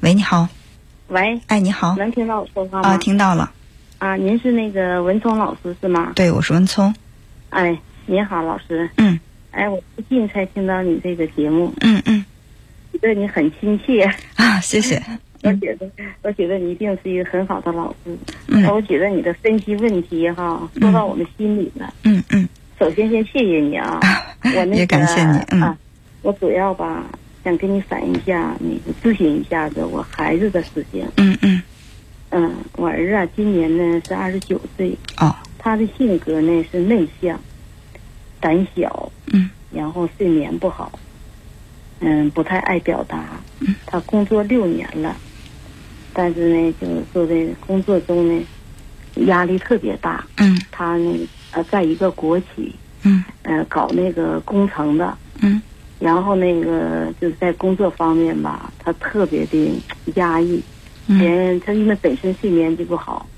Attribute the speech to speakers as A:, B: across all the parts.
A: 喂，你好，
B: 喂，
A: 哎，你好，
B: 能听到我说话吗？
A: 啊，听到了，
B: 啊，您是那个文聪老师是吗？
A: 对，我是文聪，
B: 哎，您好，老师。
A: 嗯。
B: 哎，我最近才听到你这个节目，
A: 嗯嗯，
B: 觉得你很亲切，
A: 啊，谢谢，
B: 我觉得，我觉得你一定是一个很好的老师。
A: 嗯
B: 我觉得你的分析问题哈，说到我们心里了。
A: 嗯嗯，
B: 首先，先谢谢你 啊，
A: 啊
B: 我那个
A: 也感谢你，嗯、
B: 啊，我主要吧想跟你反映一下，那个咨询一下子我孩子的事情。
A: 嗯嗯，
B: 嗯，我儿子啊，今年呢是二十九岁，
A: 哦，
B: 他的性格呢是内向、胆小，
A: 嗯
B: 然后睡眠不好，嗯，不太爱表达
A: 嗯。
B: 他工作六年了，但是呢，就是说的工作中呢，压力特别大。
A: 嗯
B: 他呢，呃，在一个国企，
A: 嗯
B: 呃，搞那个工程的，
A: 嗯
B: 然后那个就是在工作方面吧，他特别的压抑，
A: 嗯
B: 连他因为本身睡眠就不好，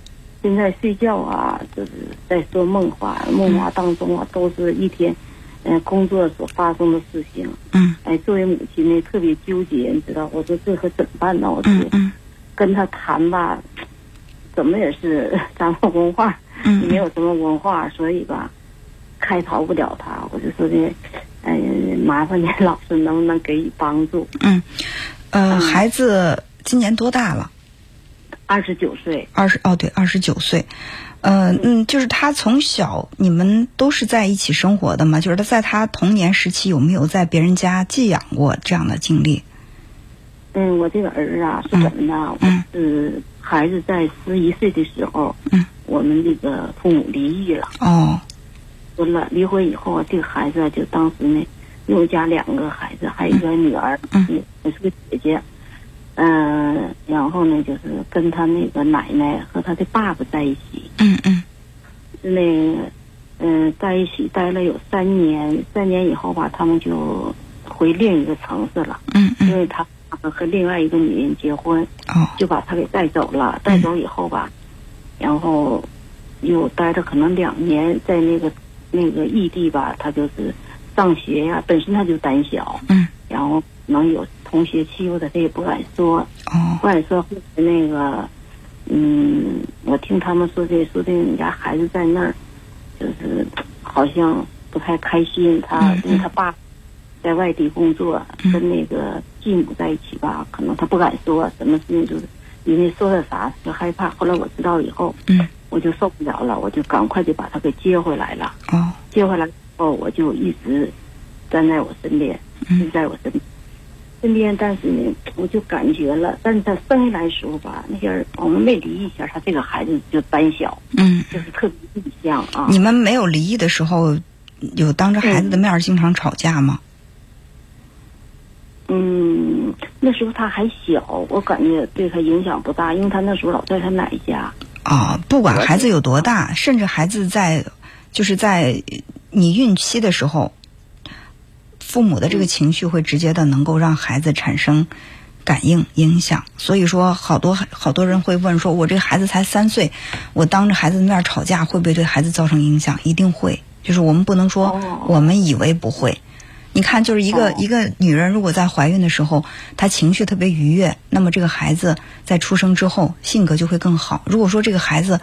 B: 现在睡觉啊，就是在说梦话，梦话当中啊，都是一天，呃，工作所发生的事情。
A: 嗯
B: 哎，作为母亲呢，特别纠结，你知道，我说这可怎么办呢？我说
A: 嗯嗯
B: 跟他谈吧，怎么也是 咱们文化
A: 嗯，
B: 没有什么文化，所以吧，开导不了他。我就说的，哎，麻烦您老师能不能给予帮助？
A: 嗯，呃，
B: 嗯
A: 孩子今年多大了？
B: 二十九岁，
A: 二十哦，对，二十九岁。呃，嗯，就是他从小你们都是在一起生活的吗？就是他在他童年时期有没有在别人家寄养过这样的经历？
B: 嗯，我这个儿啊是怎么呢？
A: 嗯
B: 我是孩子在十一岁的时候，
A: 嗯
B: 我们这个父母离异了，
A: 哦，
B: 分了。离婚以后啊，这个孩子啊就当时呢，因为我家两个孩子，还有一个女儿，
A: 嗯
B: 也也是个姐姐。嗯、然后呢，就是跟他那个奶奶和他的爸爸在一起，
A: 嗯嗯
B: 是那个，嗯、在一起待了有三年，三年以后吧，他们就回另一个城市了，
A: 嗯
B: 因
A: 嗯，
B: 为他爸爸和另外一个女人结婚，
A: 哦，
B: 就把他给带走了。带走以后吧，然后又待了可能两年，在那个那个异地吧，他就是上学呀、本身他就胆小，
A: 嗯
B: 然后可能有同学欺负他，他也不敢说，
A: 哦
B: 不敢说后来那个，嗯，我听他们说这说这，你家孩子在那儿，就是好像不太开心，他
A: 嗯嗯
B: 因为他爸。在外地工作，
A: 嗯
B: 跟那个继母在一起吧，可能他不敢说什么事情，就是因为说他啥就害怕。后来我知道以后，
A: 嗯
B: 我就受不了了，我就赶快就把他给接回来了。
A: 哦
B: 接回来以后，我就一直站在我身边，
A: 嗯
B: 就在我身边。身边，但是呢，我就感觉了，但是他生下来的时候吧，那些儿我们没离异前，他这个孩子就胆小，
A: 嗯，
B: 就是特别内向啊。
A: 你们没有离异的时候，有当着孩子的面儿经常吵架吗？
B: 嗯，那时候他还小，我感觉对他影响不大，因为他那时候老在他奶家。
A: 啊、不管孩子有多大，甚至孩子在，就是在你孕期的时候，父母的这个情绪会直接的能够让孩子产生感应影响。所以说，好多好多人会问说，我这个孩子才三岁，我当着孩子的面吵架，会不会对孩子造成影响？一定会。就是我们不能说
B: 哦
A: 我们以为不会。你看，就是一个、
B: 哦
A: 一个女人如果在怀孕的时候，她情绪特别愉悦，那么这个孩子在出生之后性格就会更好。如果说这个孩子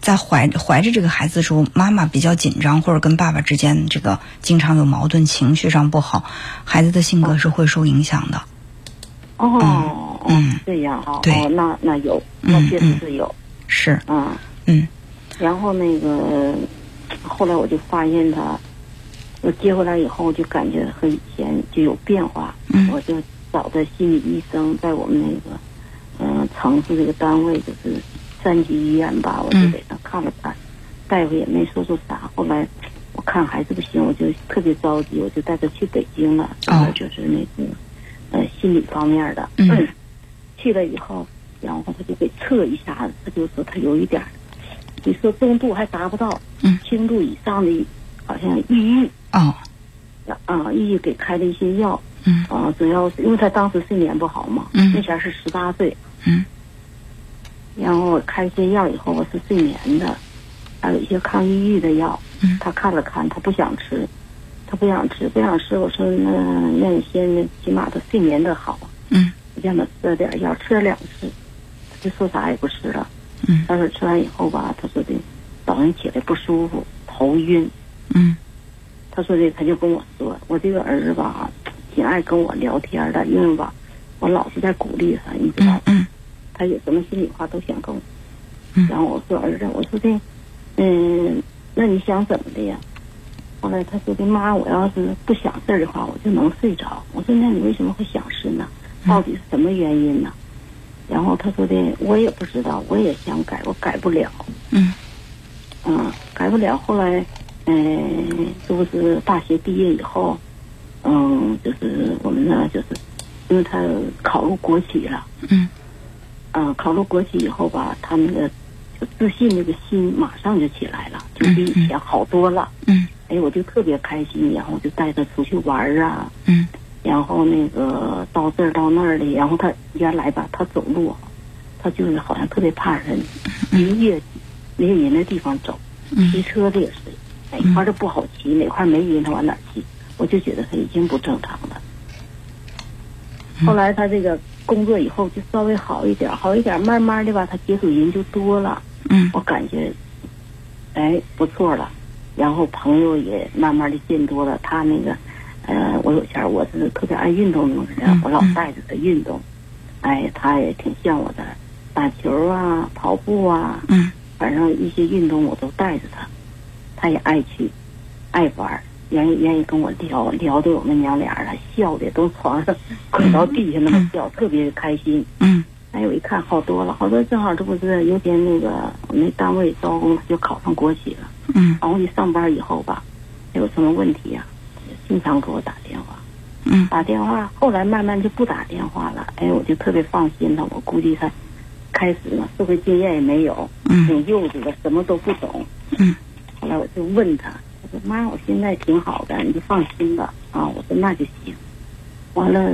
A: 在怀怀着这个孩子的时候，妈妈比较紧张，或者跟爸爸之间这个经常有矛盾，情绪上不好，孩子的性格是会受影响的。
B: 哦，
A: 嗯嗯
B: 这样啊，
A: 对
B: 哦，那那有，
A: 嗯
B: 那确实是有，
A: 是，
B: 嗯
A: 嗯
B: 然后那个，后来我就发现他，我接回来以后，我就感觉和以前就有变化，
A: 嗯
B: 我就找的心理医生，在我们那个，嗯、城市这个单位就是三级医院吧，我就
A: 嗯
B: 给他看了看，大夫也没说出啥，后来。我看还是不行，我就特别着急，我就带他去北京了，
A: 哦
B: 就是那个，呃，心理方面的。
A: 嗯
B: 去了以后，然后他就给测一下子，他就说他有一点儿，你说重度还达不到，
A: 嗯
B: 轻度以上的好像抑郁
A: 哦
B: 啊，抑郁给开了一些药
A: 嗯
B: 啊，主要是因为他当时睡眠不好嘛，
A: 嗯
B: 那前儿是十八岁，
A: 嗯
B: 然后我开一些药以后，我是睡眠的，还有一些抗抑郁的药
A: 嗯，
B: 他看了看，他不想吃，他不想吃，不想吃，我说那那你先起码他睡眠的好，
A: 嗯
B: 就让他吃了点药，吃了两次，他就说啥也不吃了。
A: 嗯
B: 他说吃完以后吧，他 说的早上起来不舒服，头晕。
A: 嗯
B: 他说的他就跟我说，我这个儿子吧，挺爱跟我聊天的，因为吧，我老是在鼓励他，你知
A: 嗯
B: 道吧，
A: 嗯
B: 他有什么心里话都想跟我。
A: 嗯
B: 然后我说儿子，我说的，嗯，那你想怎么的呀？后来他说的妈，我要是不想事儿的话，我就能睡着。我说那你为什么会想事呢？到底是什么原因呢？然后他说的我也不知道，我也想改，我改不了。
A: 嗯
B: 嗯，改不了。后来，嗯、这不是大学毕业以后，嗯，就是我们呢，就是因为他考入国企了，
A: 嗯
B: 嗯、考入国企以后吧，他那个就自信那个心马上就起来了，就比以前好多了。
A: 嗯
B: 哎，我就特别开心，然后就带他出去玩儿啊，
A: 嗯
B: 然后那个到这儿到那儿的，然后他原来吧，他走路，啊他就是好像特别怕人，一越没有人的地方走，骑
A: 嗯
B: 车的也是，哪块儿都不好骑，哪块儿没人他往哪儿骑，我就觉得他已经不正常了。
A: 嗯
B: 后来他这个工作以后就稍微好一点，好一点，慢慢的吧，他接触人就多了，
A: 嗯
B: 我感觉，哎，不错了。然后朋友也慢慢的见多了，他那个，呃，我有前儿我是特别爱运动那种人，
A: 嗯
B: 我老带着他运动，哎，他也挺像我的，打球啊，跑步啊，
A: 嗯
B: 反正一些运动我都带着他，他也爱去，爱玩儿，愿意愿意跟我聊，聊的我们娘俩啊笑的都床上 滚到地下那么笑，特别开心。
A: 嗯
B: 哎，我一看好多了，好多正好这不是有点那个我们单位招工，他就考上国企了。
A: 嗯
B: 然后一上班以后吧，有什么问题呀、啊经常给我打电话，
A: 嗯
B: 打电话，后来慢慢就不打电话了。哎，我就特别放心了。我估计他开始呢，社会经验也没有，
A: 嗯
B: 挺幼稚的，什么都不懂。
A: 嗯
B: 后来我就问他，我说妈，我现在挺好的，你就放心吧啊。我说那就行。完了，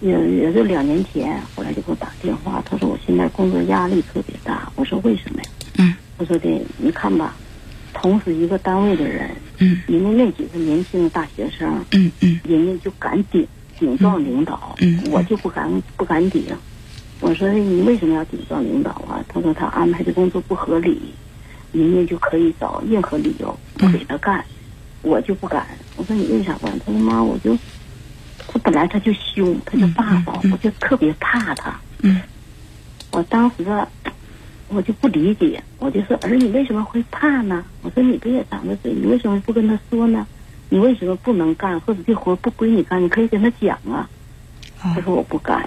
B: 也也就两年前，后来就给我打电话，他说我现在工作压力特别大。我说为什么呀？
A: 嗯
B: 他说的，你看吧，同是一个单位的人，
A: 嗯
B: 人家那几个年轻的大学生，
A: 嗯嗯
B: 人家就敢顶顶撞领导，
A: 嗯嗯
B: 我就不敢不敢顶。我说哎你为什么要顶撞领导啊？他说他安排的工作不合理，人家就可以找任何理由不给他干，我就不敢。我说你为啥不敢？他说妈，我就他本来他就凶，他就霸道，
A: 嗯嗯嗯
B: 我就特别怕他。
A: 嗯
B: 我当时啊，我就不理解，我就说儿，你为什么会怕呢？我说你不也长着嘴，你为什么不跟他说呢？你为什么不能干，或者这活不归你干？你可以跟他讲啊。
A: 哦
B: 他说我不干。
A: 嗯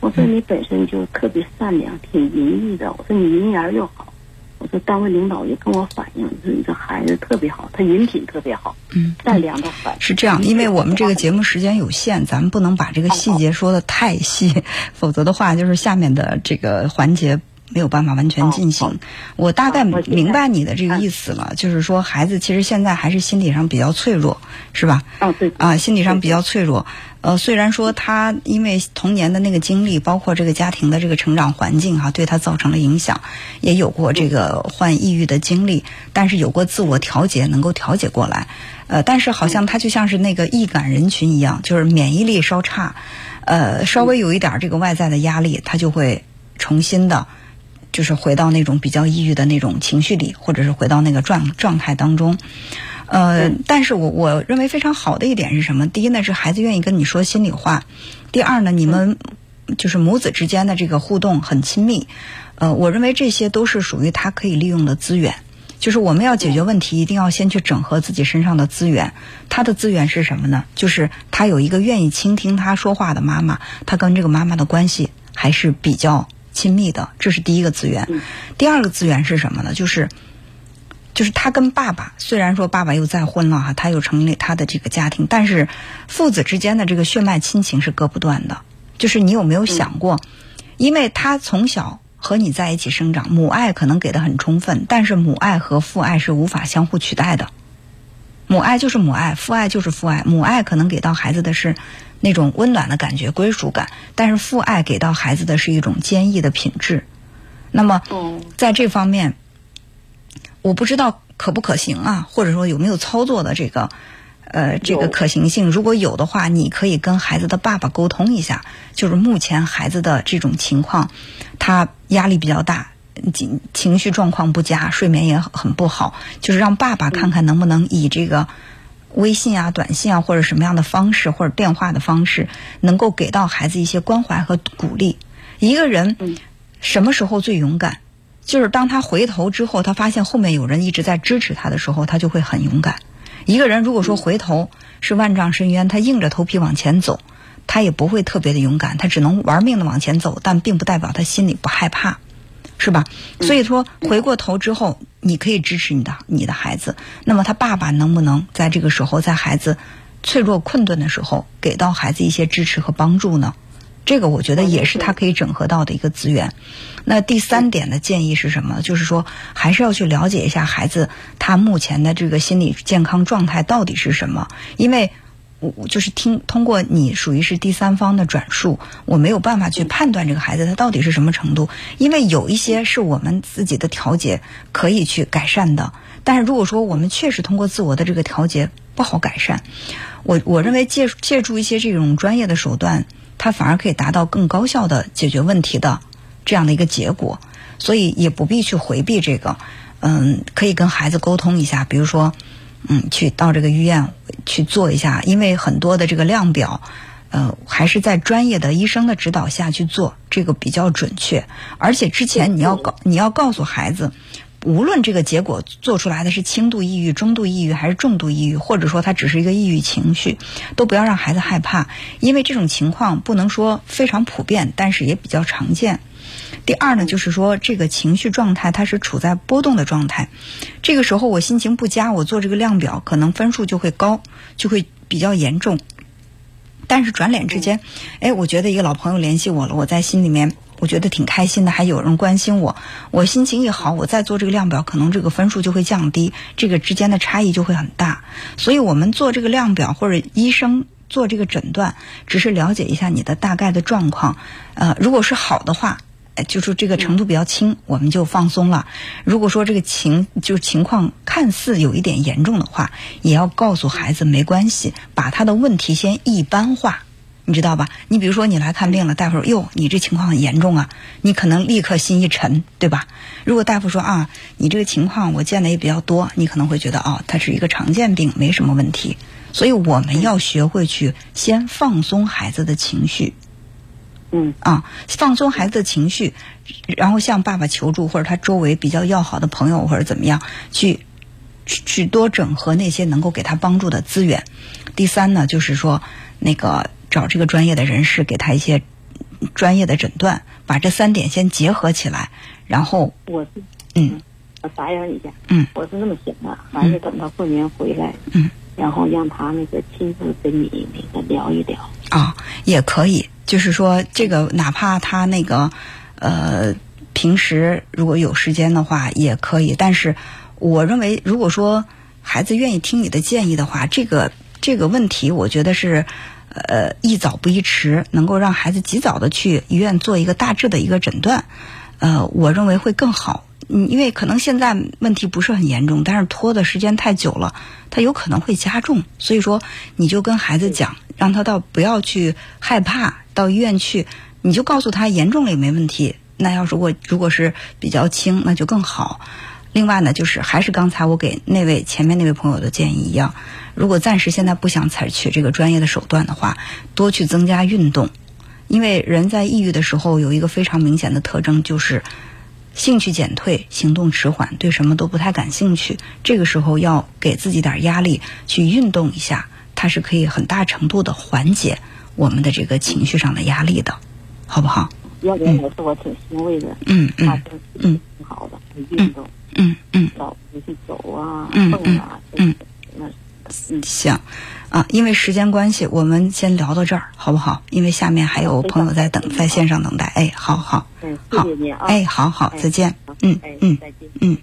B: 我说你本身就特别善良，挺仁义的。我说你人缘儿又好。我说单位领导也跟我反映，说你这孩子特别好，他人品特别好，
A: 嗯。
B: 善良的很。
A: 是这样，因为我们这个节目时间有限，咱们不能把这个细节说的太细，否则的话就是下面的这个环节没有办法完全进
B: 哦
A: 行。我大概
B: 好我知道嗯
A: 明白你的这个意思了，就是说孩子其实现在还是心理上比较脆弱，是吧？
B: 啊，对
A: 啊，心理上比较脆弱。呃，虽然说他因为童年的那个经历，包括这个家庭的这个成长环境哈、对他造成了影响，也有过这个患抑郁的经历，但是有过自我调节，能够调节过来。呃，但是好像他就像是那个易感人群一样，就是免疫力稍差，呃，稍微有一点儿这个外在的压力，他就会重新的。就是回到那种比较抑郁的那种情绪里，或者是回到那个状状态当中。呃，但是我我认为非常好的一点是什么？第一呢是孩子愿意跟你说心里话，第二呢你们就是母子之间的这个互动很亲密，呃，我认为这些都是属于他可以利用的资源。就是我们要解决问题，一定要先去整合自己身上的资源。他的资源是什么呢？就是他有一个愿意倾听他说话的妈妈，他跟这个妈妈的关系还是比较亲密的，这是第一个资源。
B: 嗯
A: 第二个资源是什么呢？就是就是他跟爸爸，虽然说爸爸又再婚了哈，他又成立他的这个家庭，但是父子之间的这个血脉亲情是割不断的。就是你有没有想过，因为他从小和你在一起生长，母爱可能给的很充分，但是母爱和父爱是无法相互取代的。母爱就是母爱，父爱就是父爱。母爱可能给到孩子的是那种温暖的感觉、归属感，但是父爱给到孩子的是一种坚毅的品质。那么，
B: 哦，
A: 在这方面，我不知道可不可行啊，或者说有没有操作的这个呃，这个可行性，如果有的话，你可以跟孩子的爸爸沟通一下，就是目前孩子的这种情况，他压力比较大，情情绪状况不佳，睡眠也很不好，就是让爸爸看看能不能以这个微信啊、短信啊或者什么样的方式或者电话的方式，能够给到孩子一些关怀和鼓励。一个人什么时候最勇敢？就是当他回头之后，他发现后面有人一直在支持他的时候，他就会很勇敢。一个人如果说回头是万丈深渊，他硬着头皮往前走，他也不会特别的勇敢，他只能玩命的往前走，但并不代表他心里不害怕，是吧？所以说回过头之后，你可以支持你的你的孩子，那么他爸爸能不能在这个时候，在孩子脆弱困顿的时候，给到孩子一些支持和帮助呢？这个我觉得也是他可以整合到的一个资源。那第三点的建议是什么？就是说，还是要去了解一下孩子他目前的这个心理健康状态到底是什么。因为我就是听通过你属于是第三方的转述，我没有办法去判断这个孩子他到底是什么程度。因为有一些是我们自己的调节可以去改善的，但是如果说我们确实通过自我的这个调节不好改善，我我认为借借助一些这种专业的手段。它反而可以达到更高效的解决问题的这样的一个结果，所以也不必去回避这个。嗯，可以跟孩子沟通一下，比如说，嗯，去到这个医院去做一下，因为很多的这个量表，呃，还是在专业的医生的指导下去做，这个比较准确。而且之前你要告你要告诉孩子。无论这个结果做出来的是轻度抑郁、中度抑郁还是重度抑郁，或者说它只是一个抑郁情绪，都不要让孩子害怕，因为这种情况不能说非常普遍，但是也比较常见。第二呢，就是说这个情绪状态它是处在波动的状态，这个时候我心情不佳，我做这个量表可能分数就会高，就会比较严重。但是转脸之间，哎，我觉得一个老朋友联系我了，我在心里面。我觉得挺开心的，还有人关心我。我心情一好，我再做这个量表，可能这个分数就会降低，这个之间的差异就会很大。所以我们做这个量表或者医生做这个诊断，只是了解一下你的大概的状况。呃，如果是好的话，呃、就是这个程度比较轻，我们就放松了。如果说这个情就情况看似有一点严重的话，也要告诉孩子没关系，把他的问题先一般化。你知道吧？你比如说，你来看病了，大夫说：“哟，你这情况很严重啊！”你可能立刻心一沉，对吧？如果大夫说：“啊，你这个情况我见的也比较多”，你可能会觉得：“哦，它是一个常见病，没什么问题。”所以我们要学会去先放松孩子的情绪，
B: 嗯
A: 啊，放松孩子的情绪，然后向爸爸求助，或者他周围比较要好的朋友，或者怎么样去。去多整合那些能够给他帮助的资源。第三呢，就是说那个找这个专业的人士给他一些专业的诊断，把这三点先结合起来，然后
B: 我是
A: 嗯，
B: 我打扰一下，
A: 嗯，
B: 我是那么想的，还是等到过年回来，
A: 嗯，
B: 然后让他那个亲自跟你那个聊一聊。
A: 啊、也可以，就是说这个哪怕他那个呃平时如果有时间的话也可以，但是我认为如果说孩子愿意听你的建议的话，这个这个问题我觉得是。呃，宜早不宜迟，能够让孩子及早的去医院做一个大致的一个诊断，呃，我认为会更好。嗯，因为可能现在问题不是很严重，但是拖的时间太久了，它有可能会加重。所以说，你就跟孩子讲，让他到不要去害怕，到医院去，你就告诉他严重了也没问题。那要如果如果是比较轻，那就更好。另外呢，就是还是刚才我给那位前面那位朋友的建议一样，如果暂时现在不想采取这个专业的手段的话，多去增加运动，因为人在抑郁的时候有一个非常明显的特征就是兴趣减退、行动迟缓，对什么都不太感兴趣。这个时候要给自己点压力，去运动一下，它是可以很大程度的缓解我们的这个情绪上的压力的，好不好？
B: 要不然我说我挺欣慰的，
A: 嗯
B: 他
A: 嗯
B: 都挺好的，运动，
A: 嗯嗯，
B: 老出去走啊，
A: 嗯
B: 蹦啊，
A: 嗯
B: 这个，那嗯，
A: 行。啊，因为时间关系，我们先聊到这儿，好不好？因为下面还有朋友在等，在线上等待。哎，好好，
B: 对，谢
A: 好
B: 谢你啊，
A: 哎，好好，
B: 哎
A: 再见
B: 好，
A: 嗯
B: 哎
A: 嗯。
B: 再见。